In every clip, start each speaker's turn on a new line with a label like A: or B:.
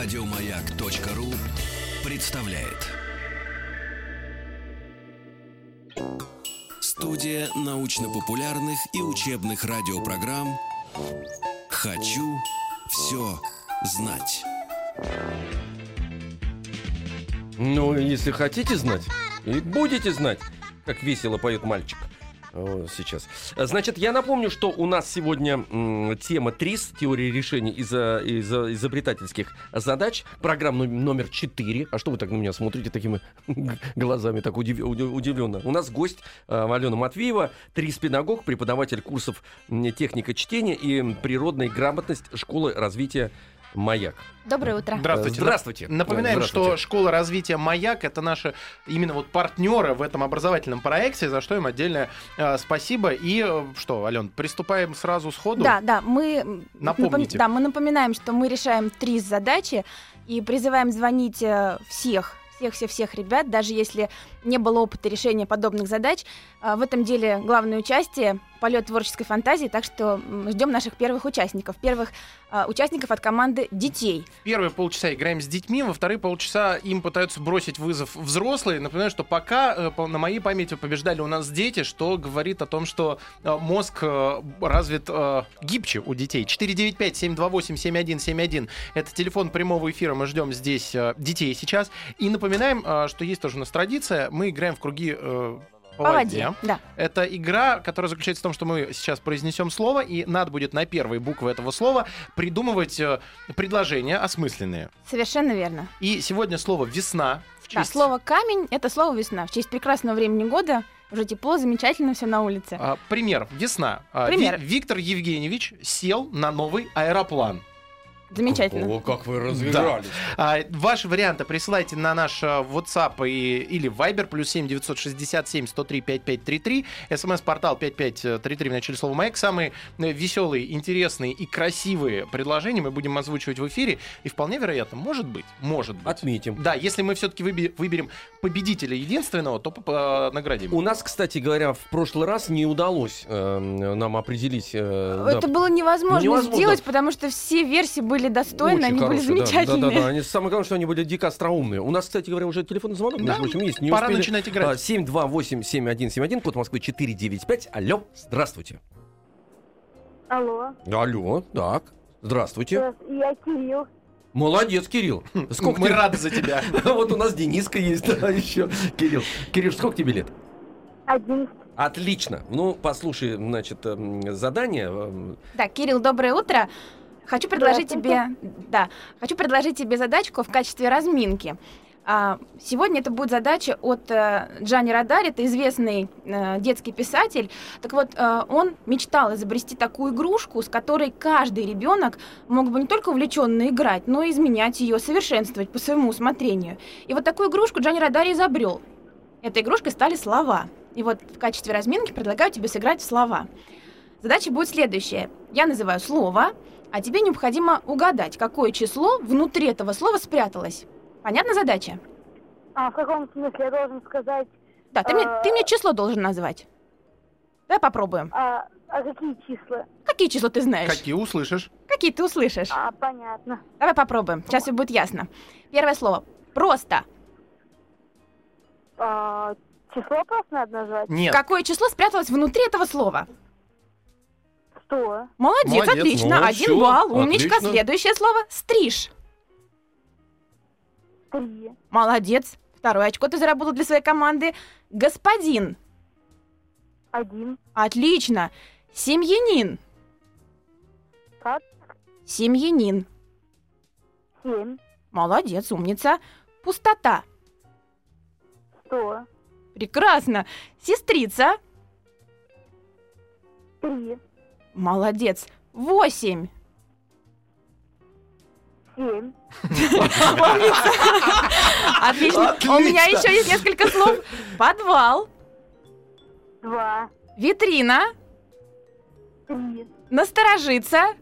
A: Радиомаяк.ру представляет. Студия научно-популярных и учебных радиопрограмм «Хочу все знать».
B: Ну, если хотите знать, и будете знать, как весело поет мальчик э, сейчас. Значит, я напомню, что у нас сегодня м, тема ТРИС, теория решений изо- изо- изобретательских задач, программа ном- номер 4. А что вы так на меня смотрите такими глазами, так удивленно? У нас гость э, Алена Матвеева, ТРИС-педагог, преподаватель курсов м, техника чтения и м, природной грамотность школы развития «Маяк».
C: Доброе утро.
B: Э, Здравствуйте.
D: Напоминаем,
B: Здравствуйте.
D: что школа развития «Маяк» — это наши именно вот партнеры в этом образовательном проекте, за что им отдельное э, спасибо. И э, что, Ален, приступаем сразу сходу?
C: Да, да, мы м,
D: ну, Напомните.
C: да, мы напоминаем, что мы решаем три задачи и призываем звонить э, всех, всех, всех, всех ребят, даже если не было опыта решения подобных задач. А, В этом деле главное участие полет творческой фантазии, так что ждем наших первых участников, первых а, участников от команды детей.
D: Первые полчаса играем с детьми, во вторые полчаса им пытаются бросить вызов взрослые. Напоминаю, что пока э, по- на моей памяти побеждали у нас дети, что говорит о том, что э, мозг э, развит э, гибче у детей. 495-728-7171 это телефон прямого эфира, мы ждем здесь э, детей сейчас. И напоминаем, э, что есть тоже у нас традиция, мы играем в круги э, по, воде.
C: Да.
D: Это игра, которая заключается в том, что мы сейчас произнесем слово, и надо будет на первые буквы этого слова придумывать э, предложения осмысленные.
C: Совершенно верно.
D: И сегодня слово «весна» в
C: Да,
D: честь...
C: слово камень это слово весна. В честь прекрасного времени года уже тепло, замечательно все на улице.
D: а, пример. Весна. А, Ви-
C: Пример.
D: Виктор Евгеньевич сел на новый аэроплан.
C: Замечательно.
B: О, как вы
D: разыгрались. А, ваши варианты присылайте на наш э, WhatsApp и, или Viber, плюс 7 967 103 5533, смс-портал 5533 э, в начале слова «Маяк». Самые э, веселые, интересные и красивые предложения мы будем озвучивать в эфире, и вполне вероятно, может быть, может быть.
B: Отметим.
D: Да, если мы все-таки выберем победителя единственного, то э, наградим.
B: У нас, кстати говоря, в прошлый раз не удалось эм, нам определить. э, да,
C: Это было невозможно,
B: Невозможно.
C: сделать, потому что все версии были достойны,
B: очень
C: они
B: хорошие,
C: были
B: да,
C: замечательные.
B: Да, да, да. Они, самое главное, что они были дико остроумные. У нас, кстати говоря, уже телефонный звонок, между
D: Да,
B: прочим, есть. Не
D: пора
B: успели.
D: начинать играть.
B: А, 728-7171, код Москвы 495. Алло, здравствуйте.
E: Алло,
B: Алло, так. Здравствуйте.
E: здравствуйте, я Кирилл.
B: Молодец, Кирилл. А, Сколько
D: мы
B: тебе-
D: рады за тебя.
B: Вот у нас Дениска есть, да, еще. Кирилл, Кирилл, сколько тебе лет?
E: 11.
B: Отлично. Ну, послушай, значит, эм, задание. эм,
C: Да, Кирилл, доброе утро. Хочу предложить тебе, да, хочу предложить тебе задачку в качестве разминки. А, сегодня это будет задача от э, Джани Радари, это известный э, детский писатель. Так вот, э, он мечтал изобрести такую игрушку, с которой каждый ребенок мог бы не только увлеченно играть, но и изменять ее, совершенствовать по своему усмотрению. И вот такую игрушку Джани Радари изобрел. Этой игрушкой стали слова. И вот в качестве разминки предлагаю тебе сыграть в слова. Задача будет следующая. Я называю слово, а тебе необходимо угадать, какое число внутри этого слова спряталось. Понятна задача?
E: А в каком смысле я должен сказать,
C: Да, ты, мне,
E: Э.
C: ты мне число должен назвать. Давай попробуем.
E: а, а какие числа?
C: Какие числа ты знаешь?
D: Какие услышишь?
C: Какие ты услышишь?
E: А, понятно.
C: Давай попробуем. Сейчас все будет ясно. Первое слово. Просто.
E: А, число просто надо назвать?
D: Нет.
C: Какое число спряталось внутри этого слова?
E: Что?
C: Молодец,
D: Молодец,
C: отлично.
B: ну,
C: Один
B: всё,
C: балл. Умничка.
B: отлично.
C: Следующее слово. Стриж.
E: Три.
C: Молодец. Второе очко ты заработал для своей команды. Господин.
E: Один.
C: Отлично. Семьянин.
E: Как?
C: Семьянин.
E: Семь.
C: Молодец, умница. Пустота.
E: Сто.
C: Прекрасно. Сестрица.
E: Три.
C: Молодец. Восемь.
E: Семь.
C: Отлично. А У меня еще есть несколько слов. Подвал.
E: Два.
C: Витрина.
E: Три.
C: Насторожиться.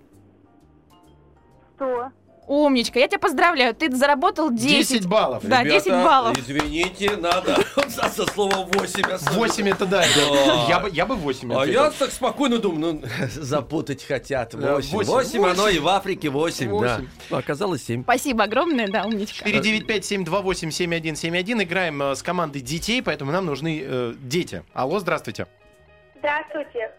E: Сто.
C: Умничка, я тебя поздравляю, ты заработал 10.
D: 10 баллов.
C: Да, 10 баллов.
B: Извините, надо. За, за слово 8 особенно.
D: 8 это да.
B: Да.
D: Я бы, я бы 8
B: А я так спокойно думаю, ну, запутать хотят.
D: Да,
B: 8.
D: восемь.
B: 8, оно и в Африке 8,
D: Восемь.
B: да. Ну, Оказалось 7.
C: Спасибо огромное, да, умничка.
D: 495-728-7171. Играем э, с командой детей, поэтому нам нужны э, дети. Алло, здравствуйте.
F: Здравствуйте.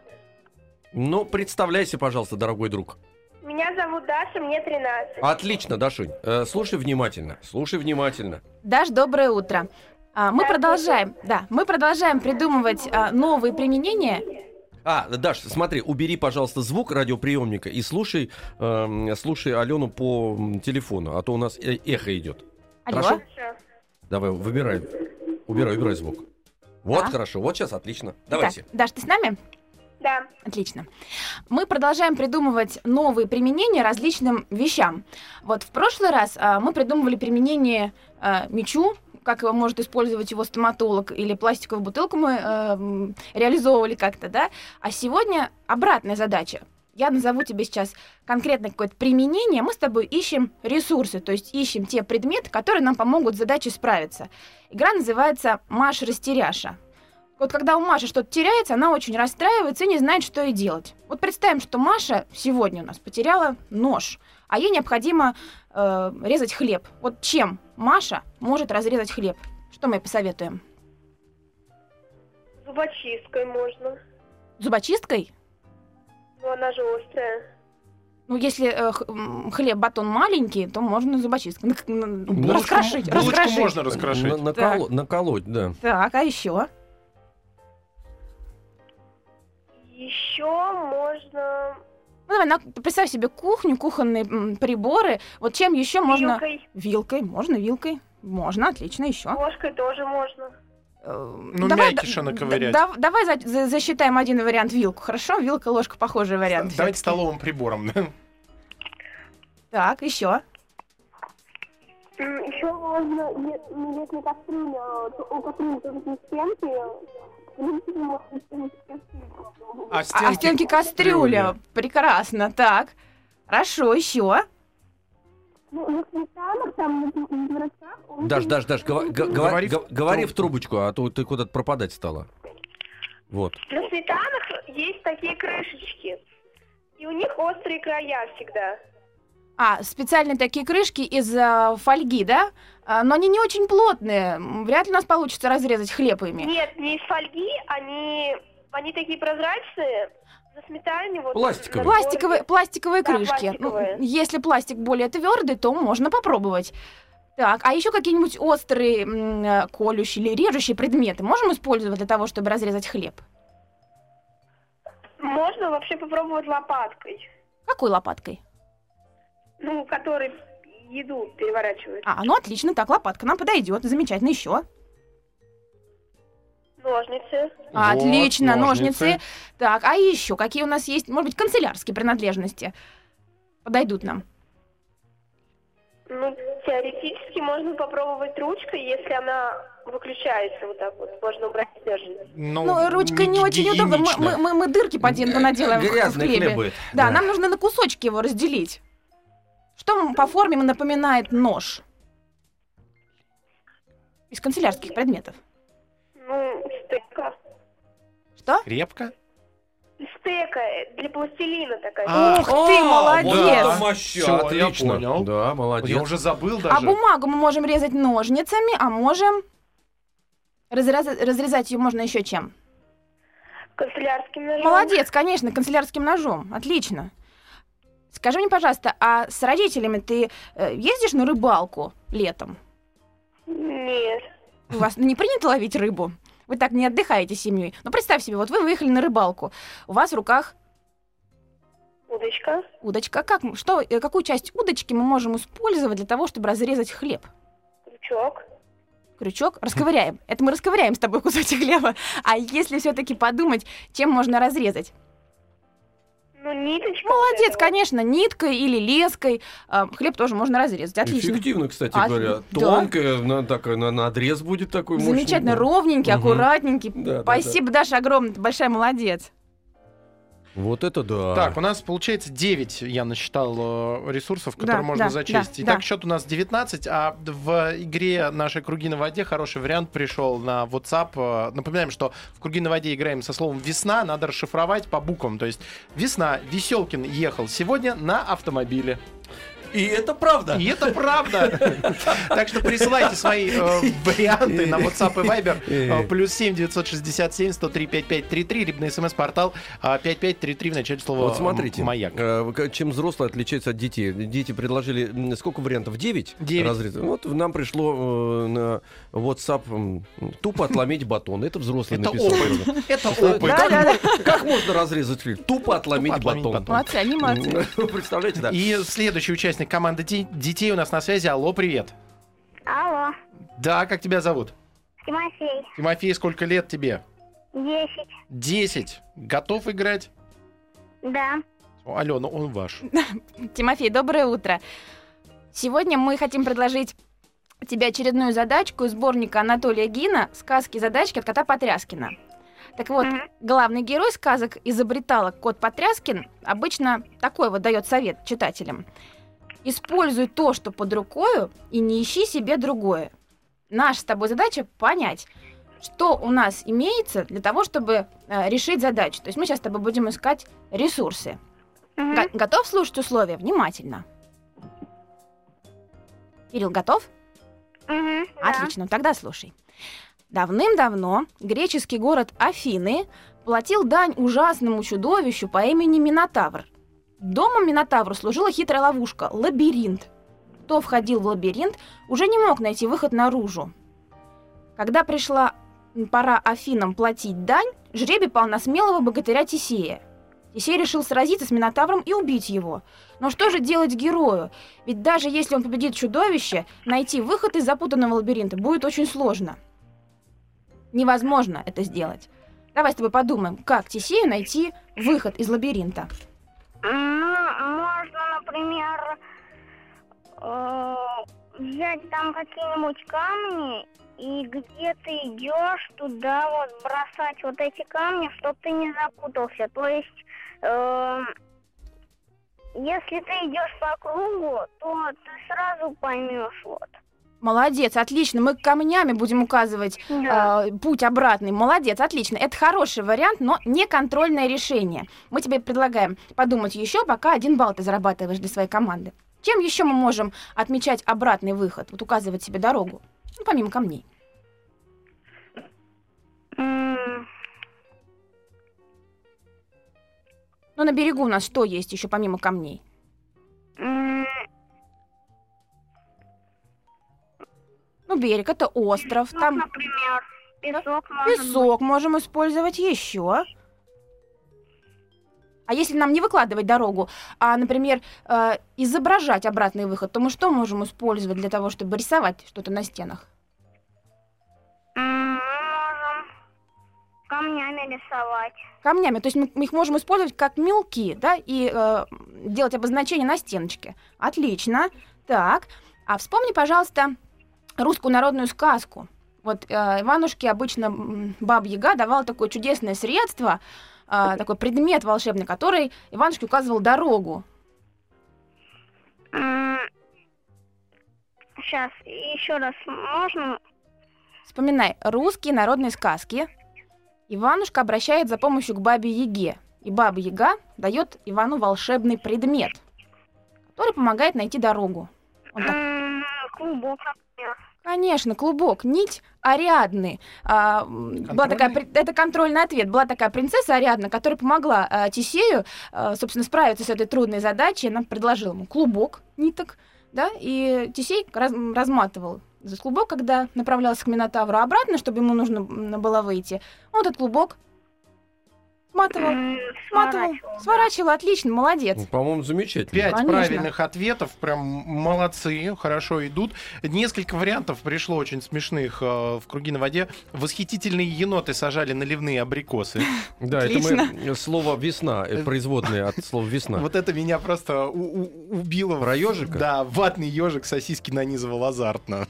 B: Ну, представляйся, пожалуйста, дорогой друг.
F: Меня зовут Даша, мне 13.
B: Отлично, Дашунь. Э, слушай внимательно, слушай внимательно.
C: Даш, доброе утро. А, мы
F: Да,
C: продолжаем, да, мы продолжаем придумывать а, новые применения.
B: А, Даш, смотри, убери, пожалуйста, звук радиоприемника и слушай, эм, слушай Алену по м, телефону, а то у нас э- эхо идет.
C: Алло,
B: Хорошо.
F: Хорошо.
B: Давай, выбирай. Убирай, убирай звук. Вот,
C: Да.
B: хорошо, вот сейчас отлично.
C: Итак,
B: Давайте.
C: Даш, ты с нами?
F: Да.
C: Отлично. Мы продолжаем придумывать новые применения различным вещам. Вот в прошлый раз а, мы придумывали применение а, мечу, как его может использовать его стоматолог, или пластиковую бутылку мы а, м, реализовывали как-то, да? А сегодня обратная задача. Я назову тебе сейчас конкретно какое-то применение. Мы с тобой ищем ресурсы, то есть ищем те предметы, которые нам помогут с задачей справиться. Игра называется «Маш-растеряша». Вот когда у Маши что-то теряется, она очень расстраивается и не знает, что и делать. Вот представим, что Маша сегодня у нас потеряла нож, а ей необходимо э, резать хлеб. Вот чем Маша может разрезать хлеб? Что мы ей посоветуем?
F: Зубочисткой можно.
C: Зубочисткой?
F: Но она же острая.
C: Ну, если э, х- м, хлеб батон маленький, то можно зубочисткой. Ну, как, м,
B: Булочку-
C: раскрошить,
D: Булочку
C: раскрошить.
D: можно раскрошить.
C: Ну,
B: На- наколо- наколоть, да.
C: Так, а еще?
F: Еще можно...
C: Ну, давай, на- представь себе кухню, кухонные м, приборы. Вот чем еще можно?
F: Вилкой.
C: Вилкой, можно вилкой. Можно, отлично, еще.
F: Ложкой тоже можно.
D: Ну,
C: Ну,
D: мякиш она ковырять.
C: давай за- за- засчитаем один вариант вилку, хорошо? Вилка, ложка, похожий вариант.
D: Давайте
C: всё-таки.
D: столовым прибором. да.
C: Так, А, еще.
F: Еще можно... Не летний кастрюль, а, у кастрюли тоже не
D: А
C: А, а стенки кастрюля. Прекрасно, так. Хорошо, еще.
F: Ну, сметана там не дурачка.
D: Ну,
B: Даш, Даш, Даш, гова- г-
D: Говори
B: говори,
D: в
B: г- говори
D: трубку.
B: в трубочку, а то ты куда-то пропадать стала. Вот.
F: На сметанах есть такие крышечки. И у них острые края всегда.
C: А, специальные такие крышки из э, фольги, да? А, но они не очень плотные. М, Вряд ли у нас получится разрезать хлеб ими.
F: Нет, не из фольги, они, они такие прозрачные, за сметане вот.
B: Пластиковые.
F: наборы.
C: Пластиковые, пластиковые
F: Да,
C: крышки. Ну,
F: пластиковые.
C: если пластик более твердый, то можно попробовать. Так, а еще какие-нибудь острые, м, э, колющие или режущие предметы можем использовать для того, чтобы разрезать хлеб?
F: Можно вообще попробовать лопаткой,
C: Какой лопаткой?
F: ну, которой еду переворачивают.
C: А, ну отлично, так, лопатка нам подойдет. Замечательно, еще.
F: Ножницы.
D: Вот,
C: А, отлично, ножницы. Так, а еще какие у нас есть, может быть, канцелярские принадлежности подойдут нам?
F: Ну, теоретически можно попробовать ручкой, если она выключается вот так вот. Можно убрать стержень.
C: ну, ручка не очень удобна. Мы, мы,
D: гигиенично.
C: мы- мы дырки по динку наделаем в- в
B: Грязный
C: хлебе.
B: хлеб будет.
C: Да, нам нужно на кусочки его разделить. Что м- по форме напоминает нож? Из канцелярских предметов.
F: Ну, стека.
C: Что?
D: Крепко?
F: Стека э, для пластилина такая.
D: А,
C: Ух ты,
B: О,
C: молодец!
B: вот это мощь,
D: Всё,
B: отлично.
D: я понял.
B: Да, молодец.
D: Я уже забыл
C: А
D: даже.
C: бумагу мы можем резать ножницами, а можем разрез- разрезать ее можно еще чем?
F: Канцелярским ножом.
C: Молодец, конечно, канцелярским ножом. Отлично. Скажи мне, пожалуйста, а с родителями ты э, ездишь на рыбалку летом?
F: Нет.
C: У вас не принято ловить рыбу? Вы так не отдыхаете с семьей. Но представь себе, вот вы выехали на рыбалку, у вас в руках
F: Удочка.
C: удочка. Как, мы- что, э, какую часть удочки мы можем использовать для того, чтобы разрезать хлеб?
F: Крючок.
C: крючок расковыряем. Это мы расковыряем с тобой кусочек хлеба. А если все-таки подумать, чем можно разрезать?
F: Ну, ниточка.
C: Молодец,
F: вот
B: Э,
F: эта вот.
C: конечно, ниткой или леской. А, Хлеб тоже можно разрезать. Отлично.
B: Эффективно, кстати
C: А,
B: говоря.
C: да.
B: Тонкая, на, такая, на, на надрез будет такой мощный.
C: Замечательно, ровненький,
B: Мгм.
C: аккуратненький.
B: Да, да,
C: Спасибо, Даша, огромное, ты большая молодец.
B: Вот это да.
D: Так, у нас получается 9, я насчитал, э, ресурсов, которые
C: Да,
D: можно
C: да,
D: зачесть.
C: да,
D: Итак,
C: да.
D: счет у нас 19, а в игре нашей «Круги на воде» хороший вариант пришел на WhatsApp. Э, Напоминаем, что в «Круги на воде» играем со словом «весна», надо расшифровать по буквам. То есть «Весна», «Веселкин» ехал сегодня на автомобиле.
B: И это правда.
D: И это правда. Так что присылайте свои э, варианты на WhatsApp и Viber. э, Плюс 7 967 103 5533, либо на смс-портал э, 5533 в начале слова
B: Вот смотрите,
D: м, «Маяк».
B: э, к- чем взрослые отличаются от детей. Дети предложили м, сколько вариантов? 9
D: Девять.
B: разрезов. Вот нам пришло э, на WhatsApp м, тупо отломить батон. Это взрослый
D: Это
B: написал.
D: опыт. Это опыт.
C: Да, да, да.
B: Как можно разрезать фильм? Тупо отломить
D: отломить
B: батон.
D: батон.
C: Молодцы,
B: Ну,
C: анимация.
B: Вы Представляете, да?
D: И следующий участник команды «Ди- детей у нас на связи. Алло, привет.
E: Алло.
D: Да, как тебя зовут?
E: Тимофей.
D: Тимофей, сколько лет тебе?
E: Десять.
D: Десять. Готов играть?
E: Да.
D: О, Алена, он ваш.
C: Тимофей, доброе утро. Сегодня мы хотим предложить тебе очередную задачку из сборника Анатолия Гина «Сказки и задачки от кота Потряскина». Так вот,
E: Мгм.
C: главный герой сказок изобреталок кот Потряскин обычно такой вот дает совет читателям. Используй то, что под рукою, и не ищи себе другое. Наша с тобой задача понять, что у нас имеется для того, чтобы э, решить задачу. То есть мы сейчас с тобой будем искать ресурсы.
E: Мгм.
C: Го- готов слушать условия? Внимательно. Кирилл, готов?
E: Мгм. Да.
C: Отлично, тогда слушай. Давным-давно греческий город Афины платил дань ужасному чудовищу по имени Минотавр. Домом Минотавру служила хитрая ловушка – лабиринт. Кто входил в лабиринт, уже не мог найти выход наружу. Когда пришла пора Афинам платить дань, жребий пал на смелого богатыря Тесея. Тесей решил сразиться с Минотавром и убить его. Но что же делать герою? Ведь даже если он победит чудовище, найти выход из запутанного лабиринта будет очень сложно. Невозможно это сделать. Давай с тобой подумаем, как Тесею найти выход из лабиринта.
E: Ну, можно, например, э, взять там какие-нибудь камни, и где ты идешь, туда вот бросать вот эти камни, чтобы ты не запутался. То есть, э, если ты идешь по кругу, то ты сразу поймешь вот.
C: Молодец, отлично. Мы камнями будем указывать э, путь обратный. Молодец, отлично. Это хороший вариант, но не контрольное решение. Мы тебе предлагаем подумать еще, пока один балл ты зарабатываешь для своей команды. Чем еще мы можем отмечать обратный выход, вот указывать себе дорогу, ну, помимо камней?
E: М,
C: Ну, на берегу у нас что есть еще помимо камней?
E: м,
C: Ну, берег это остров,
E: ну,
C: там
E: например, песок может
C: песок можем использовать еще. А если нам не выкладывать дорогу, а, например, э, изображать обратный выход, то мы что можем использовать для того, чтобы рисовать что-то на стенах?
E: быть. М, мы можем камнями рисовать.
C: Камнями. То есть мы, мы их можем использовать как мелки, да, и э, делать обозначение на стеночке. Отлично. Так. А вспомни, пожалуйста, русскую народную сказку. Вот э, Иванушке обычно м, Баба-Яга давала такое чудесное средство, э, такой предмет волшебный, который Иванушке указывал дорогу.
E: Сейчас, еще раз, можно?
C: Вспоминай, русские народные сказки. Иванушка обращает за помощью к бабе Яге. И баба Яга дает Ивану волшебный предмет, который помогает найти дорогу. Он так,
E: М, Клубок, например.
C: конечно, клубок, нить Ариадны. А, м, была такая, при- это контрольный ответ. Была такая принцесса Ариадна, которая помогла а, Тисею, а, собственно, справиться с этой трудной задачей. Она предложила ему клубок ниток, да, и Тисей раз- разматывал этот клубок, когда направлялся к Минотавру обратно, чтобы ему нужно м, было выйти. Он этот клубок сматывал,
E: М,
C: сматывал,
E: сворачивал,
C: сворачивал. Отлично, молодец.
B: Ну, По-моему, замечательно.
D: Пять
C: Конечно.
D: правильных ответов, прям молодцы, хорошо идут. Несколько вариантов пришло очень смешных э, в круги на воде. Восхитительные еноты сажали наливные абрикосы.
B: Да, это мы э, слово весна, э, производное от слова весна.
D: Вот это меня просто у- у- убило.
B: Про ежика?
D: Да, ватный ежик сосиски нанизывал азартно.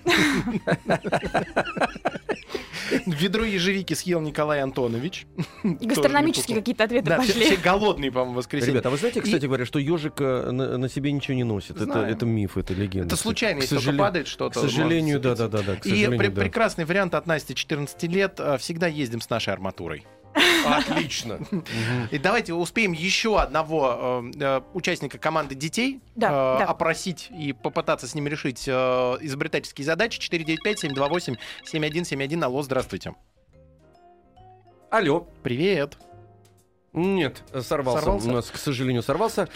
D: Ведро ежевики съел Николай Антонович.
C: Гастрономические какие-то ответы
D: Ну, Да, все-
C: пошли.
D: все голодные, по-моему, в воскресенье.
B: Ребята, а вы знаете,
D: И-
B: кстати говоря, что ежик э, на, на себе ничего не носит? Это,
D: Знаю.
B: это миф, это легенда.
D: Это случайно,
B: ну, К
D: если только
B: сожале-
D: падает что-то.
B: К сожалению, да,
D: может
B: да, да, да. К
D: И
B: сожалению,
D: пре-
B: да.
D: прекрасный вариант от Насти 14 лет. э, Всегда ездим с нашей арматурой.
B: Отлично. Мгм.
D: И давайте успеем еще одного э, э, участника команды детей
C: Да,
D: э,
C: да.
D: опросить и попытаться с ним решить э, изобретательские задачи. 495-728-7171. Алло, здравствуйте.
B: Алло.
D: Привет.
B: Нет, э, сорвался.
D: Сорвался?
B: У нас, к сожалению, сорвался.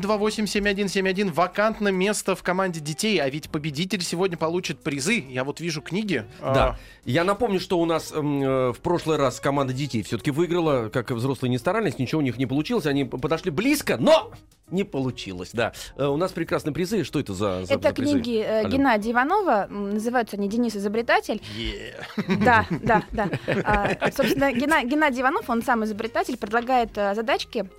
D: 495-728-7171. Вакантно место в команде детей. А ведь победитель сегодня получит призы. Я вот вижу книги. э,
B: Да. Я напомню, что у нас м, э, в прошлый раз команда детей все-таки выиграла, как и взрослые не старались, ничего у них не получилось, они п- подошли близко, но не получилось, да. Э, У нас прекрасные призы, что это за, за-
C: Это
B: за призы?
C: книги э,
B: Алло.
C: Геннадия Иванова, м, называются они «Денис изобретатель».
D: е.
C: Да, да, да. А, Собственно, Гена- Геннадий Иванов, он сам изобретатель, предлагает э, задачки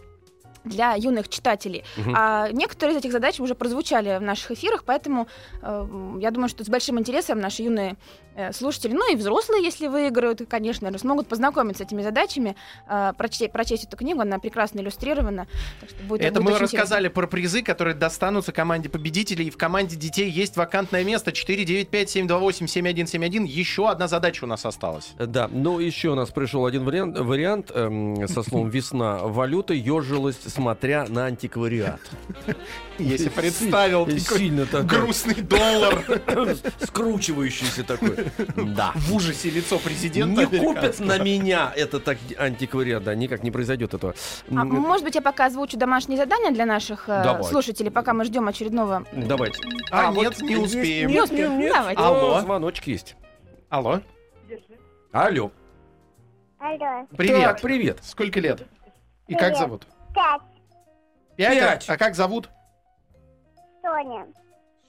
C: для юных читателей.
B: Мгм.
C: А некоторые из этих задач уже прозвучали в наших эфирах, поэтому э, я думаю, что с большим интересом наши юные э, слушатели, ну и взрослые, если выиграют, конечно же, смогут познакомиться с этими задачами, э, прочте- прочесть эту книгу, она прекрасно иллюстрирована. так что будет-
D: Это
C: будет
D: мы
C: очень интересно.
D: рассказали про призы, которые достанутся команде победителей. И в команде детей есть вакантное место 495-728-7171. Еще одна задача у нас осталась.
B: Да, ну еще у нас пришел один вариант, вариант эм, со словом весна. Валюта ежилась, смотря на антиквариат.
D: Если представил
B: И
D: такой
B: сильно так
D: грустный доллар
B: скручивающийся такой. Да.
D: в ужасе лицо президента
B: Не купят
D: американского.
B: на меня этот ак- антиквариат, да, никак не произойдет этого.
C: А,
B: М, э,
C: может быть, я пока озвучу домашние задания для наших э,
B: Давай.
C: слушателей, пока мы ждем очередного.
B: Давайте.
D: А,
B: вот
D: нет, не
B: есть-
D: успеем.
B: Нет,
C: Успеем.
B: нет, А нет.
C: Давайте.
B: Алло.
D: Алло.
B: Звоночек есть.
D: Алло.
B: Алло.
E: Алло,
B: Так,
D: Привет.
B: привет.
D: Сколько лет? И как
E: Привет.
D: зовут?
E: пять,
B: Пять.
D: А а как зовут?
E: Соня.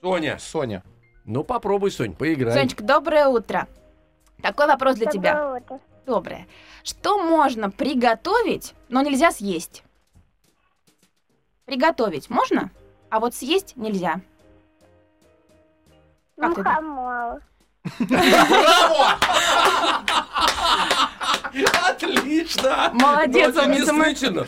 B: Соня.
D: Соня.
B: Ну попробуй, Сонь, поиграй.
C: Сонечка, доброе утро. Такой вопрос для тебя.
E: Доброе утро.
C: Доброе. Что можно приготовить, но нельзя съесть? Приготовить можно, а вот съесть нельзя. Как ты думаешь?
E: Мухомол.
B: Отлично!
C: Молодец,
B: Ну, это
C: умница моя.
B: действительно.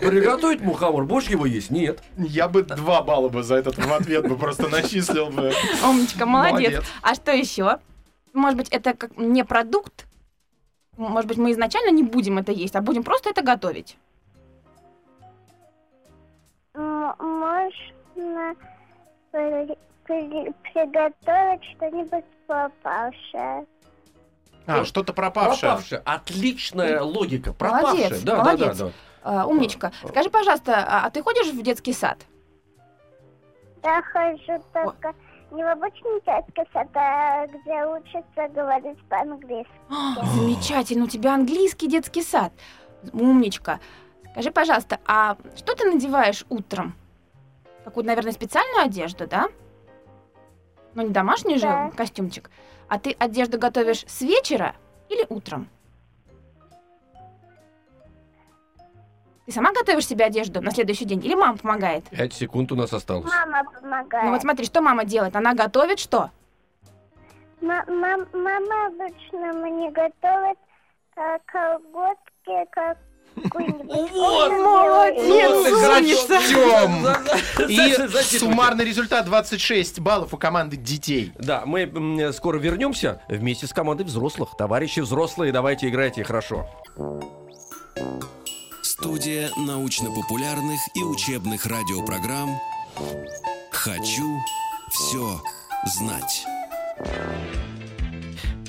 B: Приготовить мухомор, будешь его есть? Нет.
D: Я бы два балла бы за этот в ответ бы просто начислил бы.
C: Умничка, молодец.
D: Молодец.
C: А что еще? Может быть, это как не продукт? Может быть, мы изначально не будем это есть, а будем просто это готовить.
E: М- Можно при- при- приготовить что-нибудь попавшее.
D: А, что-то пропавшее.
B: Пропавшая. Отличная логика. Пропавшая.
C: Молодец,
B: да,
C: молодец.
B: да, да,
C: А, умничка. Скажи, пожалуйста, а а ты ходишь в детский сад?
E: Я хожу только не в обычный детский сад, а где учатся говорить по-английски.
C: А, Замечательно, у тебя английский детский сад. Умничка. Скажи, пожалуйста, а что ты надеваешь утром? Какую-то, наверное, специальную одежду, да? Ну, не домашний
E: Да.
C: же костюмчик. А ты одежду готовишь с вечера или утром? Ты сама готовишь себе одежду на следующий день? Или мама помогает?
B: да. Пять секунд у нас осталось.
E: Мама помогает.
C: Ну вот смотри, что мама делает? Она готовит что?
E: Ма- мам- мама обычно мне готовит э, колготки, какую-нибудь. Ну,
B: Вот, ну,
E: кухонную
C: молодец!
E: еду.
B: Вот и
C: умница.
B: хорошо. Саша,
D: И
B: зачитывайте.
D: суммарный результат 26 баллов у команды детей.
B: Да, мы м, скоро вернемся вместе с командой взрослых. Товарищи взрослые, давайте играйте хорошо.
A: Студия научно-популярных и учебных радиопрограмм «Хочу все знать».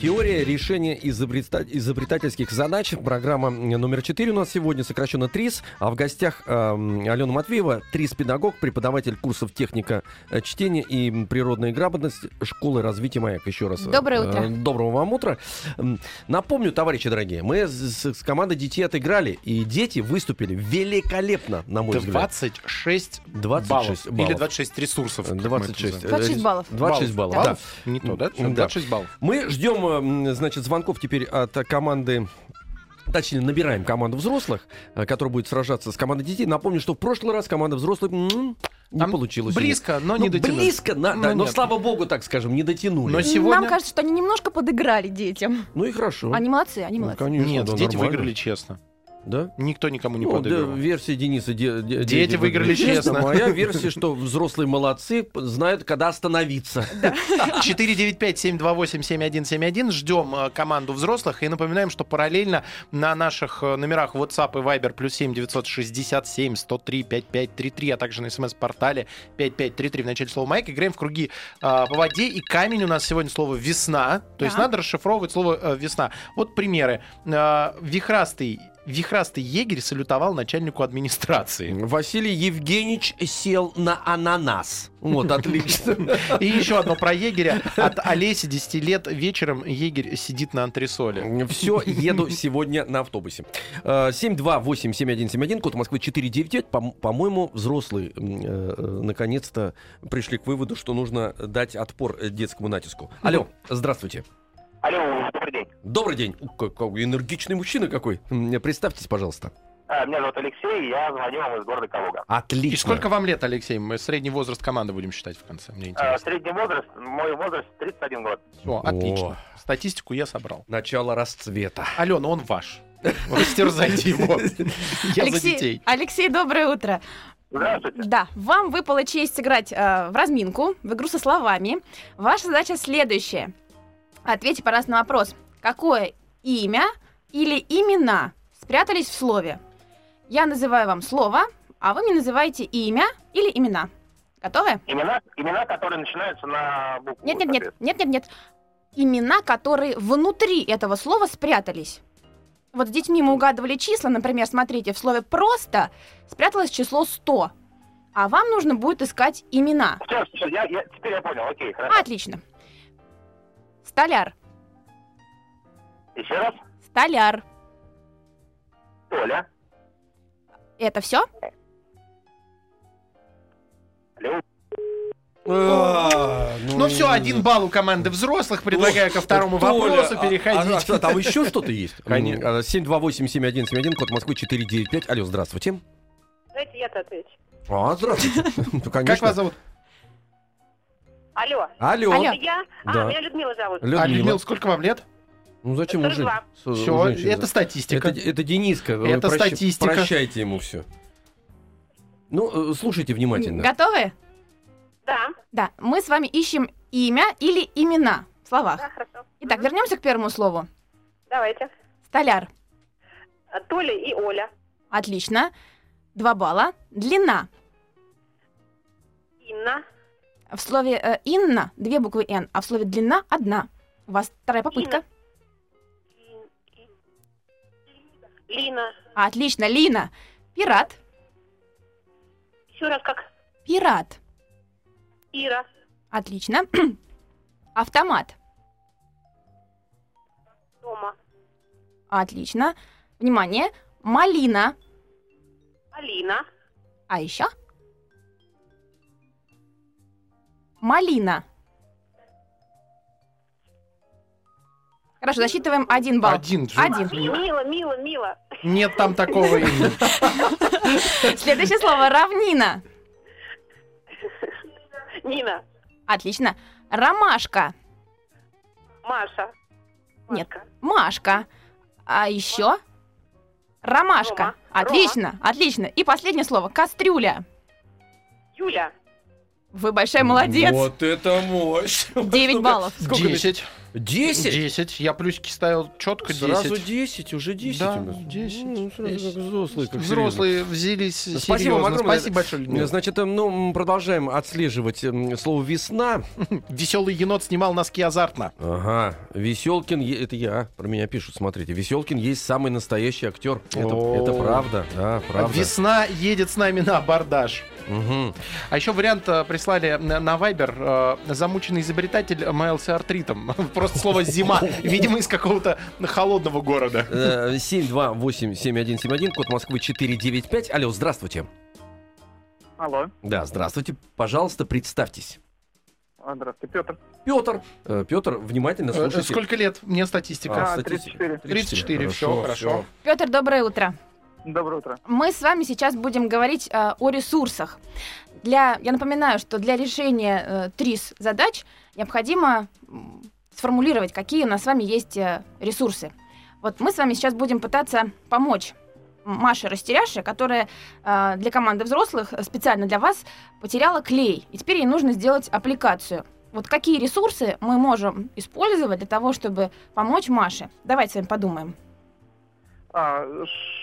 B: Теория решения изобрета- изобретательских задач. Программа м, номер 4 у нас сегодня, сокращенно ТРИС. А в гостях эм, Алена Матвеева, ТРИС-педагог, преподаватель курсов техника э, чтения и м, природная грамотность школы развития маяк. Еще раз. э,
C: Доброе утро.
B: э, доброго вам утра. М, Напомню, товарищи дорогие, мы с, с командой детей отыграли, и дети выступили великолепно, на мой взгляд.
D: 26
B: 26 баллов.
D: Или 26 ресурсов. как мы это
B: 26.
D: называем.
B: э,
C: 26 баллов.
B: 26 баллов, да.
D: Не то, да?
B: Да.
D: 26 баллов.
B: Мы ждем, э, м, значит, звонков теперь от э, команды Точнее, набираем команду взрослых, э, которая будет сражаться с командой детей. Напомню, что в прошлый раз команда взрослых м, Не
D: Там
B: получилось. у них.
D: Близко, но
B: Ну,
D: не дотянули.
B: Близко, на-
D: Ну,
B: да, но
D: нет.
B: слава богу, так скажем, не дотянули.
D: Но сегодня-
C: Нам кажется, что они немножко подыграли детям.
B: Ну и хорошо.
C: Они молодцы, они
B: Ну,
C: молодцы.
B: конечно,
D: Нет,
B: да,
D: дети
B: нормально.
D: выиграли честно.
B: Да?
D: Никто никому не
B: Ну,
D: подыгрывал.
B: да, версия Дениса. де- де-
D: Дети выиграли честно.
B: Моя версия, что взрослые молодцы, п- знают, когда остановиться.
D: 495-728-7171. Ждем э, команду взрослых и напоминаем, что параллельно на наших э, номерах WhatsApp и Viber плюс 7 967 103 5533, а также на смс-портале 5533 в начале слова Майк. Играем в круги э, по воде. И камень у нас сегодня слово весна. То есть
C: Так.
D: надо расшифровывать слово э, весна. Вот примеры. Э, Вихрастый Вихрастый егерь салютовал начальнику администрации.
B: Василий Евгеньевич сел на ананас. Вот, отлично.
D: И еще одно про егеря. От Олеси 10 лет вечером егерь сидит на антресоле.
B: Все, еду сегодня на автобусе. Э, 728-7171, код Москвы 495. Пом- По-моему, взрослые м, э, э, наконец-то пришли к выводу, что нужно дать отпор э, детскому натиску. Алло, здравствуйте.
G: Алло, добрый день.
B: Добрый день. Ух, Какой энергичный мужчина какой. М, Представьтесь, пожалуйста.
G: А, Меня зовут Алексей, я звоню вам из города Калуга.
B: Отлично.
D: И сколько вам лет, Алексей? Мы средний возраст команды будем считать в конце. Мне
G: А,
D: интересно.
G: Средний возраст, мой возраст 31 год.
D: Всё, отлично. Статистику я собрал.
B: Начало расцвета.
D: Алена, он ваш. Растерзайте его. Я за
C: Алексей,
D: детей.
C: Алексей, доброе утро.
G: Здравствуйте.
C: Да, вам выпала честь сыграть э, в разминку, в игру со словами. Ваша задача следующая. Ответьте, пожалуйста, на вопрос. Какое имя или имена спрятались в слове? Я называю вам слово, а вы мне называете имя или имена. Готовы?
G: Имена, имена, которые начинаются на букву.
C: Нет-нет-нет, нет-нет-нет. Имена, которые внутри этого слова спрятались. Вот с детьми мы угадывали числа, например, смотрите, в слове «просто» спряталось число 100, а вам нужно будет искать имена.
G: Все, все, я, я- теперь я понял, окей, хорошо.
C: А, отлично. Столяр, А!
G: Еще раз.
C: столяр.
G: Толя,
C: Это все?
G: Лю,
B: Э,
D: Ну все, один балл у команды взрослых. Предлагаю ко второму вопросу переходить.
B: А, а там еще что-то есть?
D: Конечно.
B: М, а, 728-7171, код Москвы 495. Алло, здравствуйте.
F: Давайте я-то отвечу.
B: А, здравствуйте. Ну,
D: Как
B: конечно.
D: вас зовут?
F: Алло.
B: Алло.
C: Алло.
F: Это я? А,
B: Да.
F: меня Людмила зовут.
D: А,
B: Людмила.
D: Людмила, сколько вам лет?
B: Ну зачем уже?
F: 42.
D: Все, это статистика.
B: Это, это Дениска.
D: Это статистика.
B: Прощайте ему все. Ну, э, слушайте внимательно.
C: Готовы?
F: Да.
C: Да, мы с вами ищем имя или имена
F: Да,
C: в словах.
F: хорошо.
C: Итак,
F: Мгм.
C: вернемся к первому слову.
F: Давайте.
C: Столяр.
F: А, Толя и Оля.
C: Отлично. Два балла. Длина.
F: Инна.
C: В слове э, «инна» две буквы «н», а в слове «длина» одна. У вас вторая попытка.
F: Ин- Ин- Лина.
C: Отлично, Лина. Пират.
F: Еще раз как
C: Пират.
F: Ира.
C: Отлично. Автомат.
F: Тома.
C: Отлично. Внимание. Малина.
F: Алина.
C: А еще? Малина. Хорошо, засчитываем один балл.
D: Один. же.
C: Один.
F: Мила, Мила, Мила.
D: Нет там такого имени.
C: Следующее слово. Равнина.
F: Нина.
C: Отлично. Ромашка.
F: Маша.
C: Нет.
F: Машка.
C: Машка. А еще Ромашка.
F: Рома.
C: Отлично, отлично. И последнее слово. Кастрюля.
F: Юля.
C: Вы большой молодец.
B: Вот это мощь.
C: Девять баллов.
B: Сколько
D: Десять.
B: Десять?
D: Десять. Я плюсики ставил четко
B: Сразу
D: десять.
B: 10, уже 10
D: Да,
B: у нас.
D: 10,
B: Ну, сразу
D: 10.
B: как взрослые, как серьезно.
D: Взрослые взялись
B: Спасибо
D: серьезно.
B: вам огромное.
D: Спасибо большое, Людмила.
B: Значит, э, ну, м, продолжаем отслеживать м, слово «весна».
D: Веселый енот снимал носки азартно.
B: Ага, Веселкин, е- это я, а, про меня пишут, смотрите. Веселкин есть самый настоящий актер. Это,
D: О.
B: это правда, да, правда.
D: А Весна едет с нами на абордаж.
B: Мгм.
D: А еще вариант э, прислали на на Viber. э, Замученный изобретатель маялся артритом. Просто слово «зима». Видимо, из какого-то холодного города.
B: Э, 728-7171, код Москвы 495. Алло, здравствуйте.
H: Алло,
B: Да, здравствуйте. Пожалуйста, представьтесь.
H: А, здравствуйте, Петр.
B: Петр. Э, Петр, внимательно
D: Э,
B: слушайте.
D: Сколько лет? Мне статистика.
H: А,
B: статистика.
H: 34.
D: 34, всё, хорошо.
C: Петр, доброе утро.
H: Доброе утро.
C: Мы с вами сейчас будем говорить э, о ресурсах. Для, я напоминаю, что для решения э, ТРИС задач необходимо м, сформулировать, какие у нас с вами есть э, ресурсы. Вот мы с вами сейчас будем пытаться помочь Маше Растеряше, которая э, для команды взрослых э, специально для вас потеряла клей, и теперь ей нужно сделать аппликацию. Вот какие ресурсы мы можем использовать для того, чтобы помочь Маше? Давайте с вами подумаем.
H: А,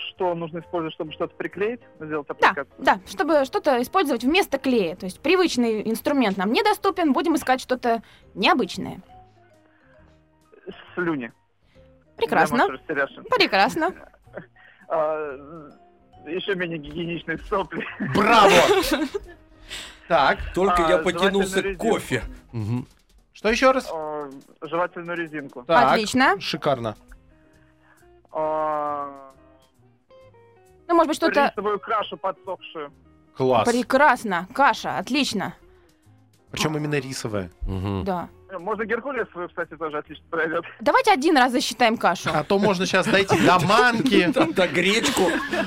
H: что нужно использовать, чтобы что-то приклеить, сделать
C: Да,
H: аппликацию?
C: да, чтобы что-то использовать вместо клея. То есть привычный инструмент нам недоступен, будем искать что-то необычное.
H: Слюни.
C: Прекрасно,
H: Для Маши Растеряши.
C: прекрасно.
H: А, еще менее гигиеничные сопли.
D: Браво! Так,
B: Только
H: А,
B: я
H: желательно
B: потянулся к
H: резинку.
B: кофе. Мгм.
D: что еще раз?
H: А, жевательную резинку.
D: Так,
C: Отлично.
D: шикарно.
H: А,
C: Ну, может быть, что-то...
H: рисовую кашу подсохшую.
D: Класс.
C: Прекрасно, каша, отлично,
D: Причем именно рисовая.
B: Мгм.
C: да.
H: Э, Можно Геркулесовую, кстати, тоже отлично пройдет.
C: Давайте один раз засчитаем кашу.
D: А то можно сейчас дойти до манки.
B: Там да, гречку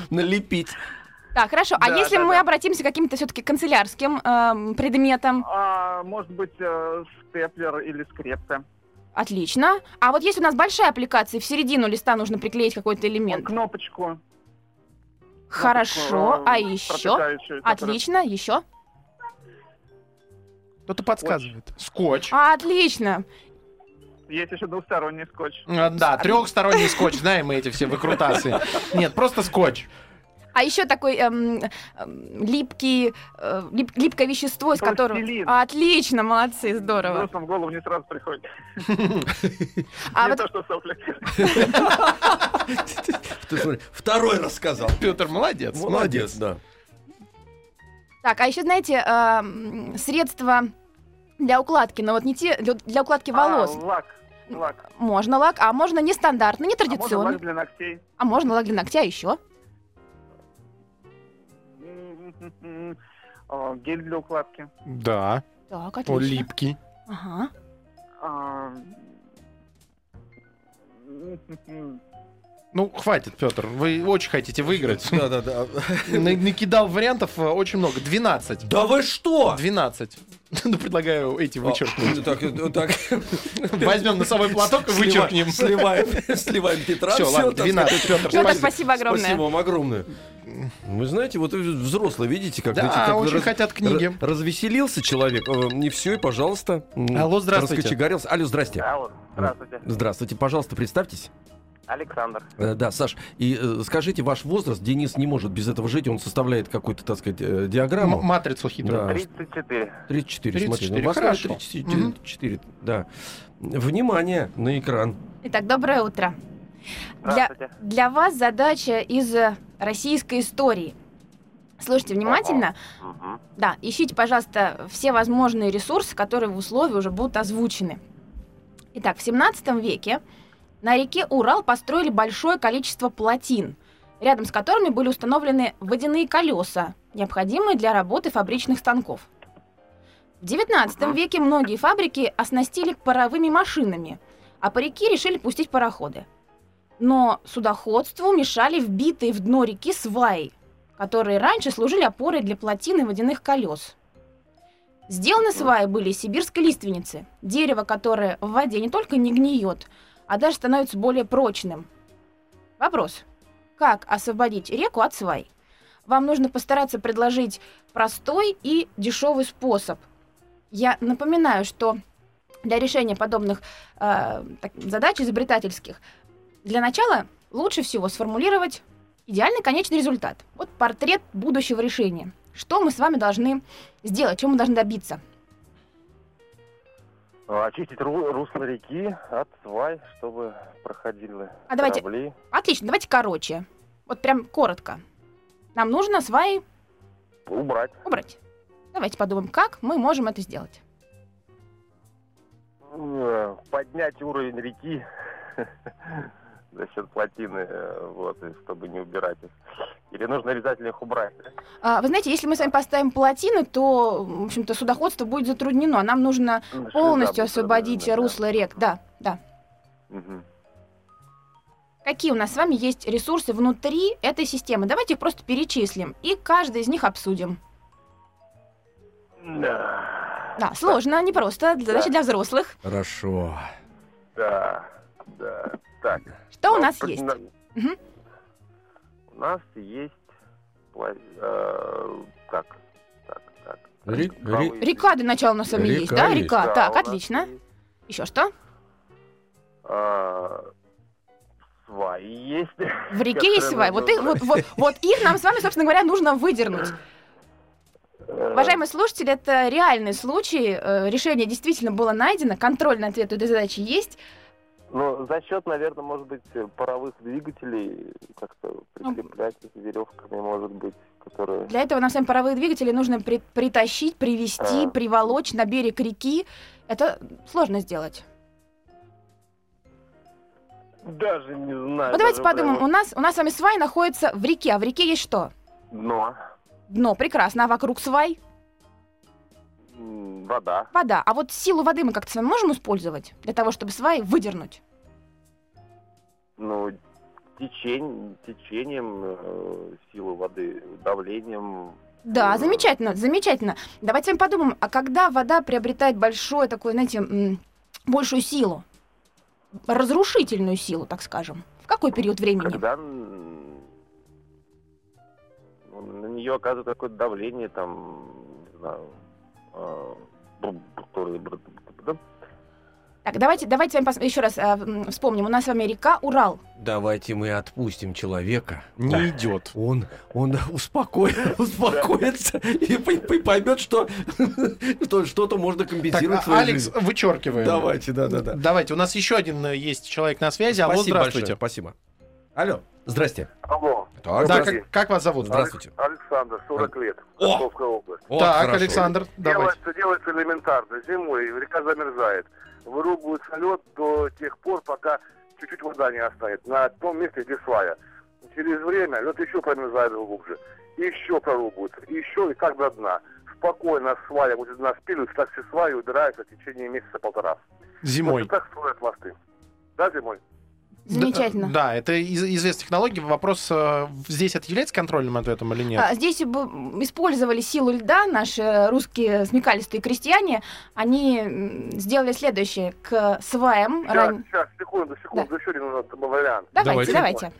B: налепить.
C: Так, хорошо. А
H: Да,
C: если
H: да,
C: мы
H: да.
C: обратимся к каким-то все-таки канцелярским эм, предметам?
H: А, может быть, э, степлер или скрепка.
C: Отлично. А вот если у нас большая аппликация, и в середину листа нужно приклеить какой-то
H: Ну,
C: элемент.
H: Кнопочку.
C: Хорошо.
H: Кнопочку,
C: А
H: э,
C: еще?
H: протыкающую, которая-
C: Отлично, еще.
D: Кто-то подсказывает. Скотч.
C: А. Отлично.
H: Есть еще двусторонний скотч.
D: А, Да, трехсторонний скотч, знаем мы эти все выкрутасы. Нет, просто скотч.
C: А еще такой эм, эм, липкий, э, лип- липкое вещество, из которого...
H: Пластилин.
C: Отлично, молодцы, здорово.
H: Взрослым в голову не сразу приходит.
C: А
H: не
C: вот
H: то, что сопли.
B: Ты смотри, второй рассказал.
D: Петр, молодец.
B: Молодец, да.
C: Так, а еще, знаете, эм, средства для укладки, но вот не те, для, для укладки волос.
H: А, лак. Лак.
C: Можно лак, а можно
H: А
C: нестандартный,
H: можно лак
C: нетрадиционный.
H: для ногтей.
C: А можно лак для ногтя еще.
H: М-м-м-м. А, Гель для укладки.
D: Да,
C: Так,
D: он
C: отлично.
D: липкий.
C: Ага. Ну
H: А, м-м-м.
D: Ну, хватит, Петр. Вы очень хотите выиграть.
B: Да, да, да.
D: На- Накидал вариантов э, очень много. 12.
B: Да вы что?
D: 12. Ну, предлагаю эти вычеркнуть.
B: А, Так, э, так.
D: Возьмем носовой платок и вычеркнем.
B: Сливаем, сливаем Петра.
D: Все,
B: всё,
D: ладно,
B: Ну, так
D: 12. Петр,
C: Петр,
D: спасибо.
C: спасибо огромное.
B: Спасибо вам огромное. Вы знаете, вот взрослые, видите, как...
D: Да, а,
B: эти, как
D: очень хотят книги.
B: р- развеселился человек, э, не все, и пожалуйста. м,
D: Алло, здравствуйте.
B: Раскочегарился. Алло, здрасте.
G: Алло, здравствуйте.
B: Здравствуйте, пожалуйста, представьтесь.
G: Александр.
B: Э, Да, Саш, и э, скажите ваш возраст. Денис не может без этого жить, он составляет какую-то, так сказать, э,
D: М-
B: диаграмму.
D: Матрицу хитрую.
B: Да.
G: 34.
B: 34,
D: 34,
B: смотри. ну, Москва
D: хорошо.
B: 34, 4, да. Внимание на экран.
C: Итак, доброе утро. Для,
G: Здравствуйте.
C: для вас задача из э, российской истории. Слушайте внимательно.
G: Мгм.
C: Да, ищите, пожалуйста, все возможные ресурсы, которые в условии уже будут озвучены. Итак, в 17 веке на реке Урал построили большое количество плотин, рядом с которыми были установлены водяные колеса, необходимые для работы фабричных станков. В 19 веке многие фабрики оснастили паровыми машинами, а по реке решили пустить пароходы. Но судоходству мешали вбитые в дно реки сваи, которые раньше служили опорой для плотины водяных колес. Сделаны сваи были из сибирской лиственницы, дерево, которое в воде не только не гниет, а даже становится более прочным. Вопрос. Как освободить реку от свай? Вам нужно постараться предложить простой и дешевый способ. Я напоминаю, что для решения подобных э, так- задач изобретательских для начала лучше всего сформулировать идеальный конечный результат. Вот портрет будущего решения. Что мы с вами должны сделать, чего мы должны добиться?
G: А, Очистить ру- русло реки от свай, чтобы проходили
C: А давайте-
G: корабли.
C: Отлично, давайте короче. Вот прям коротко. Нам нужно сваи
G: Убрать.
C: убрать. Давайте подумаем, как мы можем это сделать.
G: Э, Поднять уровень реки за счет плотины, э, вот, и чтобы не убирать их. Или нужно обязательно их убрать.
C: А, вы знаете, если мы с вами поставим плотины, то, в общем-то, судоходство будет затруднено. а Нам нужно полностью освободить русло рек. Да, да.
G: Мгм.
C: Какие у нас с вами есть ресурсы внутри этой системы? Давайте их просто перечислим и каждый из них обсудим.
G: Да,
C: Да, сложно, непросто. Задача для взрослых.
B: Хорошо.
G: да, да. Так.
C: Что А у
G: Ну,
C: нас
G: пр-
C: есть?
G: на-
C: Мгм.
G: У нас есть... пла- э, Так, так, так.
B: Ри- ри-
G: Скалы
C: Река для начала у нас с вами
B: Река
C: есть, да?
B: есть.
C: Река.
G: Да, у
C: так,
G: нас
C: отлично.
G: есть,
C: Еще что?
G: а, Сваи есть.
C: В реке есть
G: которые
C: свай. Вот, их,
G: можно
C: вот, вот, вот их нам с вами, собственно говоря, нужно выдернуть.
G: брать.
C: Уважаемые слушатели, это реальный случай. э, Решение действительно было найдено. Контрольный ответ у этой задачи есть.
G: Ну, за счет, наверное, может быть, паровых двигателей как-то прикреплять их веревками, может быть, которые...
C: Для этого нам с вами паровые двигатели нужно при- притащить, привести,
G: А.
C: приволочь на берег реки. Это сложно сделать.
G: Даже не знаю.
C: Вот Ну, давайте
G: даже
C: подумаем. У
G: прямо
C: нас, у нас с вами свай находится в реке. А в реке есть что?
G: Дно,
C: Дно, прекрасно. А вокруг свай?
G: м, вода.
C: Вода. А вот силу воды мы как-то с вами можем использовать для того, чтобы свай выдернуть?
G: Ну, течень, течением, э, силу воды, давлением.
C: Да,
G: Э,
C: замечательно, замечательно. Давайте с вами подумаем, а когда вода приобретает большое такое, знаете, м, большую силу, разрушительную силу, так скажем, в какой период времени?
G: Когда м, ну, на нее оказывает какое-то давление, там, не знаю, э, бу- который- бу- бу- бу-
C: Так, давайте, давайте с вами пос- еще раз э, м, вспомним. У нас с вами река Урал.
B: Давайте мы отпустим человека.
D: Не идет.
B: Он, он успокоится, успокоится и, поймет, что, что что-то можно
D: Так,
B: компенсировать
D: а- Алекс, вычеркиваем.
B: Давайте, да, да, да.
D: Давайте, у нас еще один э, есть человек на связи. Алло,
B: Спасибо
D: здравствуйте.
B: большое, спасибо. Алло, здрасте.
H: Алло,
D: Да,
H: Здравствуйте.
D: как, как вас зовут?
B: Здравствуйте.
H: Александр, 40 лет,
B: О!
H: Московская область.
B: Вот
D: так,
B: хорошо.
D: Александр, давайте.
H: Делается, делается элементарно. Зимой река замерзает. Вырубывается лед до тех пор, пока чуть-чуть вода не останет на том месте, где свая. Через время лед еще промерзает глубже. Еще прорубывается. Еще и так до дна. Спокойно свая будет на спину, так все сваи убираются в течение месяца-полтора.
D: Зимой.
H: Вот так строят мосты. Да, зимой?
C: Замечательно.
D: Да, э, да, это из- известная технология. Вопрос э, здесь это является контрольным ответом или нет?
C: А, Здесь бы м, использовали силу льда наши русские смекалистые крестьяне. Они м, сделали следующее. К сваям...
H: Сейчас,
C: ран-
H: сейчас, секунду, секунду, еще один у нас вариант.
B: Давайте.
C: Давайте, давайте.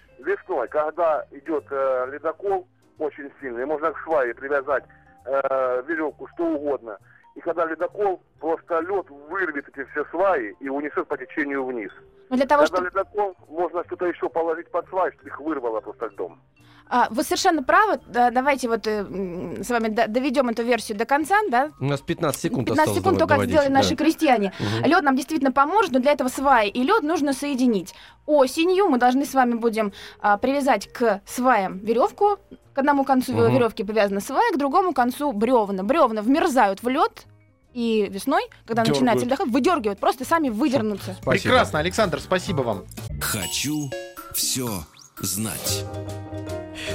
H: Весной, когда идет э, ледокол очень сильный, можно к свае привязать э, веревку, что угодно. И когда ледокол, просто лед вырвет эти все сваи и унесет по течению вниз.
C: Но Ну, для того,
H: когда
C: чтобы...
H: ледокол, можно что-то еще положить под сваи, чтобы их вырвало просто льдом.
C: А, Вы совершенно правы. Да, Давайте вот э, м, с вами до- доведем эту версию до конца, да?
B: У нас 15 секунд
C: 15
B: осталось
C: секунд
B: давай
C: только как
B: доводить,
C: сделали
B: да.
C: наши крестьяне.
B: Мгм.
C: Лед нам действительно поможет, но для этого сваи и лед нужно соединить. Осенью мы должны с вами будем а, привязать к сваям веревку. К одному концу
B: Мгм.
C: веревки привязана свая, к другому концу бревна. Бревна вмерзают в лед. И весной, когда
D: Дергают.
C: начинается ледоход, выдергивают, просто сами выдернутся.
B: Спасибо.
D: Прекрасно, Александр, спасибо вам.
A: «Хочу все знать».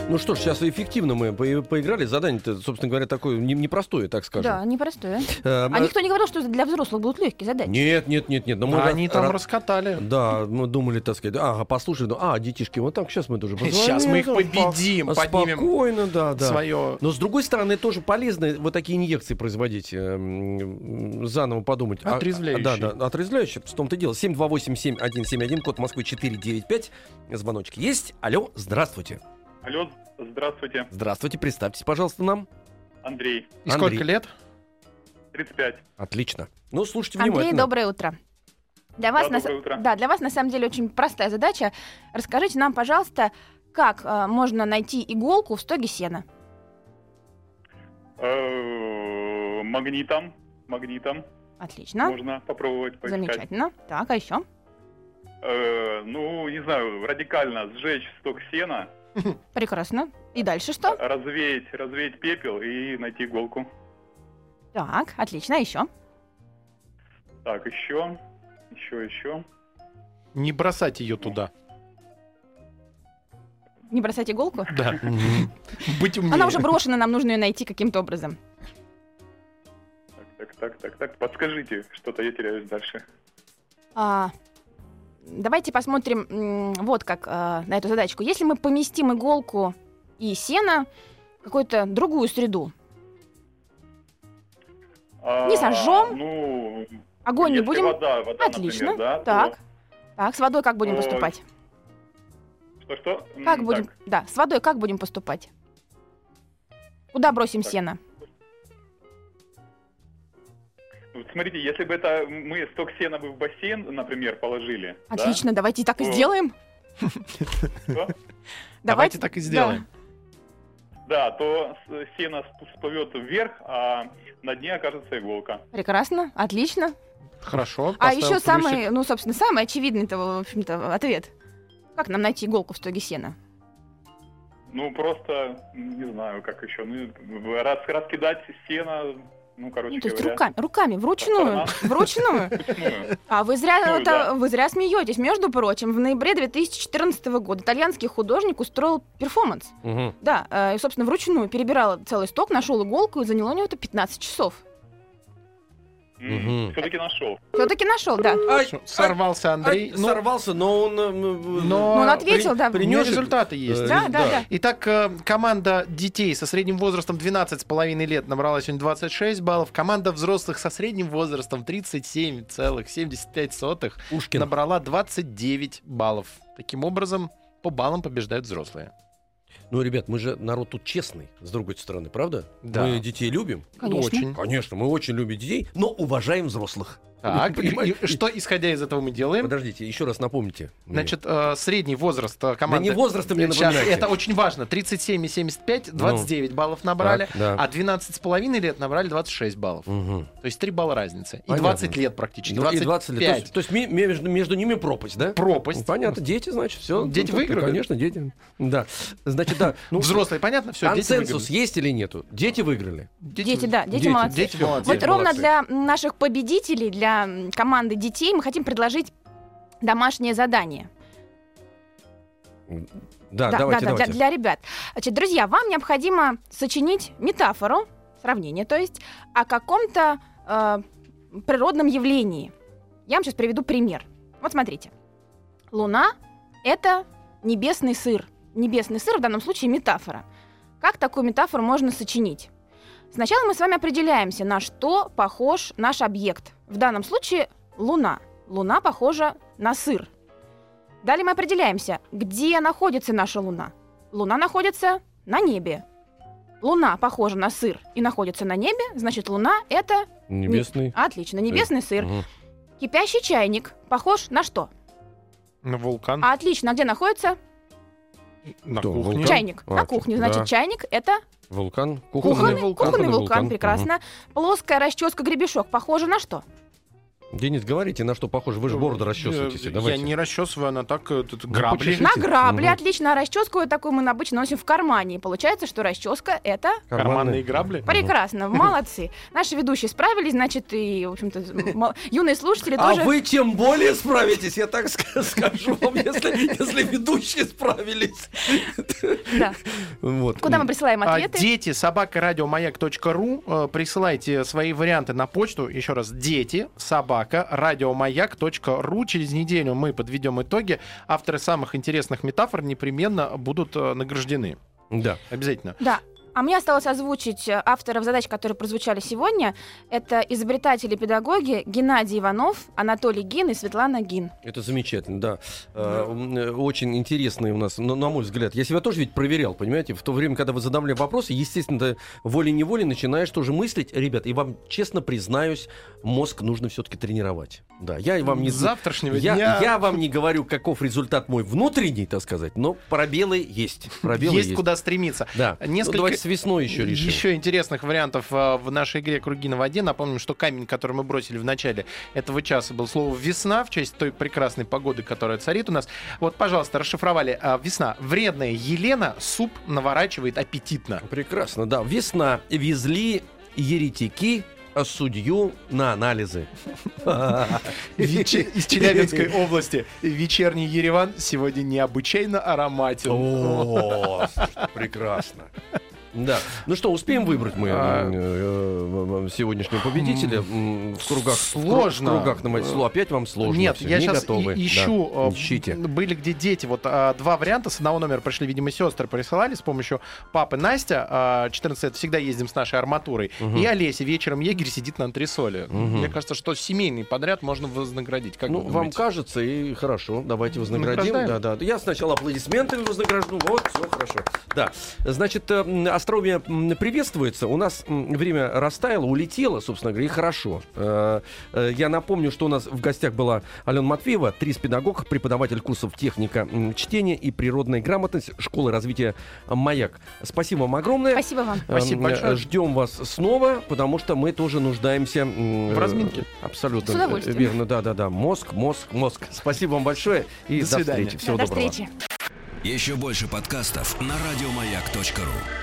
B: Ну что ж, сейчас эффективно мы по- поиграли. Задание-то, собственно говоря, такое не- непростое, так скажем.
C: Да, непростое.
B: Э,
C: А никто не говорил, что для взрослых будут легкие задачи.
B: Нет, нет, нет, нет. Но мы
D: А
B: ра-
D: Они там
B: ра-
D: раскатали.
B: Да, мы думали, так сказать, ага, послушай, ну, а, детишки, вот так, сейчас мы тоже
D: Сейчас мы их победим, поднимем
B: Спокойно, да, да.
D: свое.
B: Но с другой стороны, тоже полезно вот такие инъекции производить, эм, м, заново подумать. А-
D: Отрезвляющие.
B: да, да, отрезвляющие, в том-то и дело. 7287171, код Москвы 495, звоночки есть. Алло, здравствуйте.
I: Алло, здравствуйте,
B: Здравствуйте, представьтесь, пожалуйста, нам.
I: Андрей,
D: И сколько
B: Андрей.
D: лет?
I: 35.
B: Отлично. Ну, слушайте
C: Андрей,
B: внимательно.
C: доброе утро. Для вас, на...
I: доброе утро.
C: Да, для вас на самом деле очень простая задача. Расскажите нам, пожалуйста, как э, можно найти иголку в стоге сена?
I: Э, Магнитом, магнитом
C: Отлично.
I: можно попробовать поискать.
C: Замечательно. Так, а еще?
I: Э, ну, не знаю, радикально сжечь сток сена,
C: Прекрасно. И дальше что?
I: развеять, развеять пепел и найти иголку.
C: Так, отлично, А еще.
I: Так, еще, еще, еще.
D: Не бросать ее туда.
C: Не бросать иголку.
D: Да.
B: Мгм.
D: Быть умнее.
C: Она уже брошена, нам нужно ее найти каким-то образом.
I: Так, так, так, так, так. Подскажите, что-то я теряюсь дальше.
C: А, давайте посмотрим м, вот как а, на эту задачку. Если мы поместим иголку и сено в какую-то другую среду,
I: А,
C: Не сожжем?
I: Ну,
C: Огонь не
I: если
C: будем?
I: Вода, вода,
C: Отлично.
I: например, да, то-
C: так. Так, с водой как будем
I: Э,
C: поступать?
I: Что, что? М,
C: Как
I: так,
C: будем? Да, с водой как будем поступать? Куда бросим
I: Так.
C: сено?
I: вот смотрите, если бы это мы сток сена бы в бассейн, например, положили. да?
C: Отлично, давайте так и
I: О.
C: сделаем.
I: Что?
D: Давайте так и сделаем.
I: Да, то с- сено сп- всплывет вверх, а на дне окажется иголка.
C: Да, прекрасно, отлично.
D: Хорошо.
C: А
D: поставил
C: еще
D: плюсик.
C: самый, ну, собственно, самый очевидный то, в общем-то, ответ. Как нам найти иголку в стоге сена?
I: Ну, просто, м, не знаю, как еще. Ну, в- раз, раскидать сено, ну, короче
C: Ну, то есть
I: говоря,
C: руками, руками, вручную, вручную.
I: вручную.
C: А вы зря,
I: Ну,
C: это-
I: да.
C: вы зря смеетесь. Между прочим, в ноябре 2014 года итальянский художник устроил перформанс.
B: Мгм.
C: Да, э, и, собственно, вручную перебирал целый сток, нашел иголку, и заняло у него это 15 часов.
B: Мгм.
I: Все-таки нашел.
C: Все-таки нашел, да.
B: Ай,
D: Всё, Сорвался
B: ай,
C: А,
D: Андрей.
B: ай,
D: но- э,
B: Сорвался, но он... эм,
D: Но
C: Ну, он ответил,
D: при-
C: да.
D: У него
B: принёс-
D: результаты есть.
B: э,
C: Да, да, да.
D: Итак, э, команда детей со средним возрастом 12,5 лет набрала сегодня 26 баллов. Команда взрослых со средним возрастом 37,75
B: Пушкин.
D: набрала 29 баллов. Таким образом, по баллам побеждают взрослые.
B: Ну, ребят, мы же народ тут честный, с другой стороны, правда?
D: Да.
B: Мы детей любим.
C: Конечно.
D: Очень.
B: Ну, Конечно, мы очень любим детей, но уважаем взрослых.
D: Так, и-
B: Понимаете?
D: и что, исходя из этого, мы делаем?
B: Подождите, еще раз напомните. мне.
D: Значит, э, средний возраст э, команды...
B: не возраста мне
D: Сейчас,
B: напоминайте.
D: Это очень важно. 37,75, 29 баллов набрали.
B: Ну. Так, да.
D: А 12,5 лет набрали 26 баллов.
B: Мгм.
D: То есть 3 балла разницы. И
B: Понятно.
D: 20 лет практически.
B: Ну,
D: 25.
B: и 20 лет. То есть, то есть ми- между, между ними пропасть, да? Ну,
D: пропасть.
B: понятно, дети, значит, все.
D: Дети выиграли?
B: Конечно, дети. Да. Значит, да. Ну,
D: Взрослые, понятно, все.
B: консенсус есть или нету? Дети выиграли.
C: Дети, да, дети,
B: Дети.
C: молодцы.
D: Дети молодцы.
C: Вот
D: Дети
C: ровно
D: молодцы.
C: для наших победителей, для м, команды детей мы хотим предложить домашнее задание.
B: Да,
C: Да,
B: давайте,
C: да, да, для-
B: давайте.
C: Для, ребят. Значит, друзья, вам необходимо сочинить метафору, сравнение, то есть, о каком-то э, природном явлении. Я вам сейчас приведу пример. Вот смотрите. Луна — это небесный сыр. Небесный сыр в данном случае метафора. Как такую метафору можно сочинить? Сначала мы с вами определяемся, на что похож наш объект. В данном случае Луна. Луна похожа на сыр. Далее мы определяемся, где находится наша Луна. Луна находится на небе. Луна похожа на сыр и находится на небе, значит, Луна — это...
B: Небесный.
C: Отлично, небесный сыр.
B: Мгм.
C: Кипящий чайник похож на что?
D: На вулкан.
C: А отлично, а где находится?
D: На
B: Да,
D: кухне.
B: вулкан.
C: Чайник.
B: А,
C: на кухне,
B: да.
C: значит, чайник — это
B: Вулкан.
C: кухонный,
B: вулкан.
C: кухонный
B: Кухонный
C: вулкан,
B: вулкан.
C: прекрасно. Плоская расческа-гребешок похожа на что?
B: Денис, говорите, на что похоже? Вы же бороды расчесываетесь.
D: Э, Я
B: Давайте. Ну,
D: не расчесываю, она так э, тут грабли.
B: почешите.
C: На
B: Видите?
C: грабли,
B: Мгм.
C: отлично. А расческу вот такую мы обычно носим в кармане. И получается, что расческа — это
D: Карманные грабли.
C: прекрасно. Молодцы. Наши ведущие справились, значит, и, в общем-то, мол- юные слушатели
B: А
C: тоже...
B: вы тем более справитесь, я так ска- скажу вам, если, если ведущие справились.
C: Да.
B: Вот.
C: Куда мы присылаем
D: А,
C: ответы?
D: Дети, собака, радиомаяк.ру. э, Присылайте свои варианты на почту. Еще раз, дети, собака, радиомаяк.ру. Через неделю мы подведем итоги. Авторы самых интересных метафор непременно будут э, награждены.
B: Да.
D: Обязательно.
C: Да. А мне осталось озвучить э, авторов задач, которые прозвучали сегодня. Это изобретатели и педагоги Геннадий Иванов, Анатолий Гин и Светлана Гин.
B: Это замечательно, да. Э, м, э, Очень интересные у нас, на, на мой взгляд. Я себя тоже ведь проверял, понимаете? В то время, когда вы задавали вопросы, естественно, ты волей-неволей начинаешь тоже мыслить. Ребят, и вам честно признаюсь, мозг нужно все-таки тренировать. Да, я вам не...
D: С завтрашнего
B: Я,
D: дня
B: я вам не говорю, каков результат мой внутренний, так сказать, но пробелы есть. Пробелы есть.
D: есть куда стремиться.
B: Да. Ну,
D: Несколько-
B: давайте с весной еще решим.
D: Еще интересных вариантов э, в нашей игре «Круги на воде». Напомним, что камень, который мы бросили в начале этого часа, был слово «весна» в честь той прекрасной погоды, которая царит у нас. Вот, пожалуйста, расшифровали. э, Весна. Вредная Елена суп наворачивает аппетитно.
B: Прекрасно, да. Весна. Везли еретики а судью на анализы.
D: Вече- Из Челябинской области. Вечерний Ереван сегодня необычайно ароматен.
B: О, прекрасно. Да. Ну что, успеем выбрать мы э,
D: А.
B: э, э, сегоднего победителя м, в кругах? в кру-
D: Сложно.
B: В кругах на мать слово. Опять вам сложно.
D: Нет,
B: всё,
D: я
B: не
D: сейчас
B: готовы. Да.
D: ищу. э,
B: Ищите.
D: Были где дети. Вот а, два варианта. С одного номера пришли, видимо, сестры присылали с помощью папы Настя. а, 14 лет всегда ездим с нашей арматурой. И Олеся вечером егерь сидит на антресоле. Мне кажется, что семейный подряд можно вознаградить. Как
B: ну,
D: вы
B: вам
D: думаете?
B: кажется, и хорошо, давайте вознаградим. Да,
D: Награждаем?
B: да. Я сначала аплодисментами вознагражду. Вот, все хорошо. Да. Значит, э, м, остроумие м, приветствуется. У нас м, время растаяло, улетело, собственно говоря, и хорошо. Э, э, Я напомню, что у нас в гостях была Алена Матвеева, трис педагог, преподаватель курсов техника м, чтения и природная грамотность школы развития «Маяк». Спасибо вам огромное.
C: Спасибо вам.
D: Спасибо большое.
B: Эм, э, Ждем вас снова, потому что мы тоже нуждаемся м,
D: В разминке.
B: э, Абсолютно.
C: С удовольствием.
B: Верно, да, да, да. Мозг, мозг, мозг. Спасибо вам большое и
D: До
B: до,
D: свидания.
B: встречи. Всего
C: До
B: доброго.
C: встречи.
A: Еще больше подкастов на радиомаяк.ру.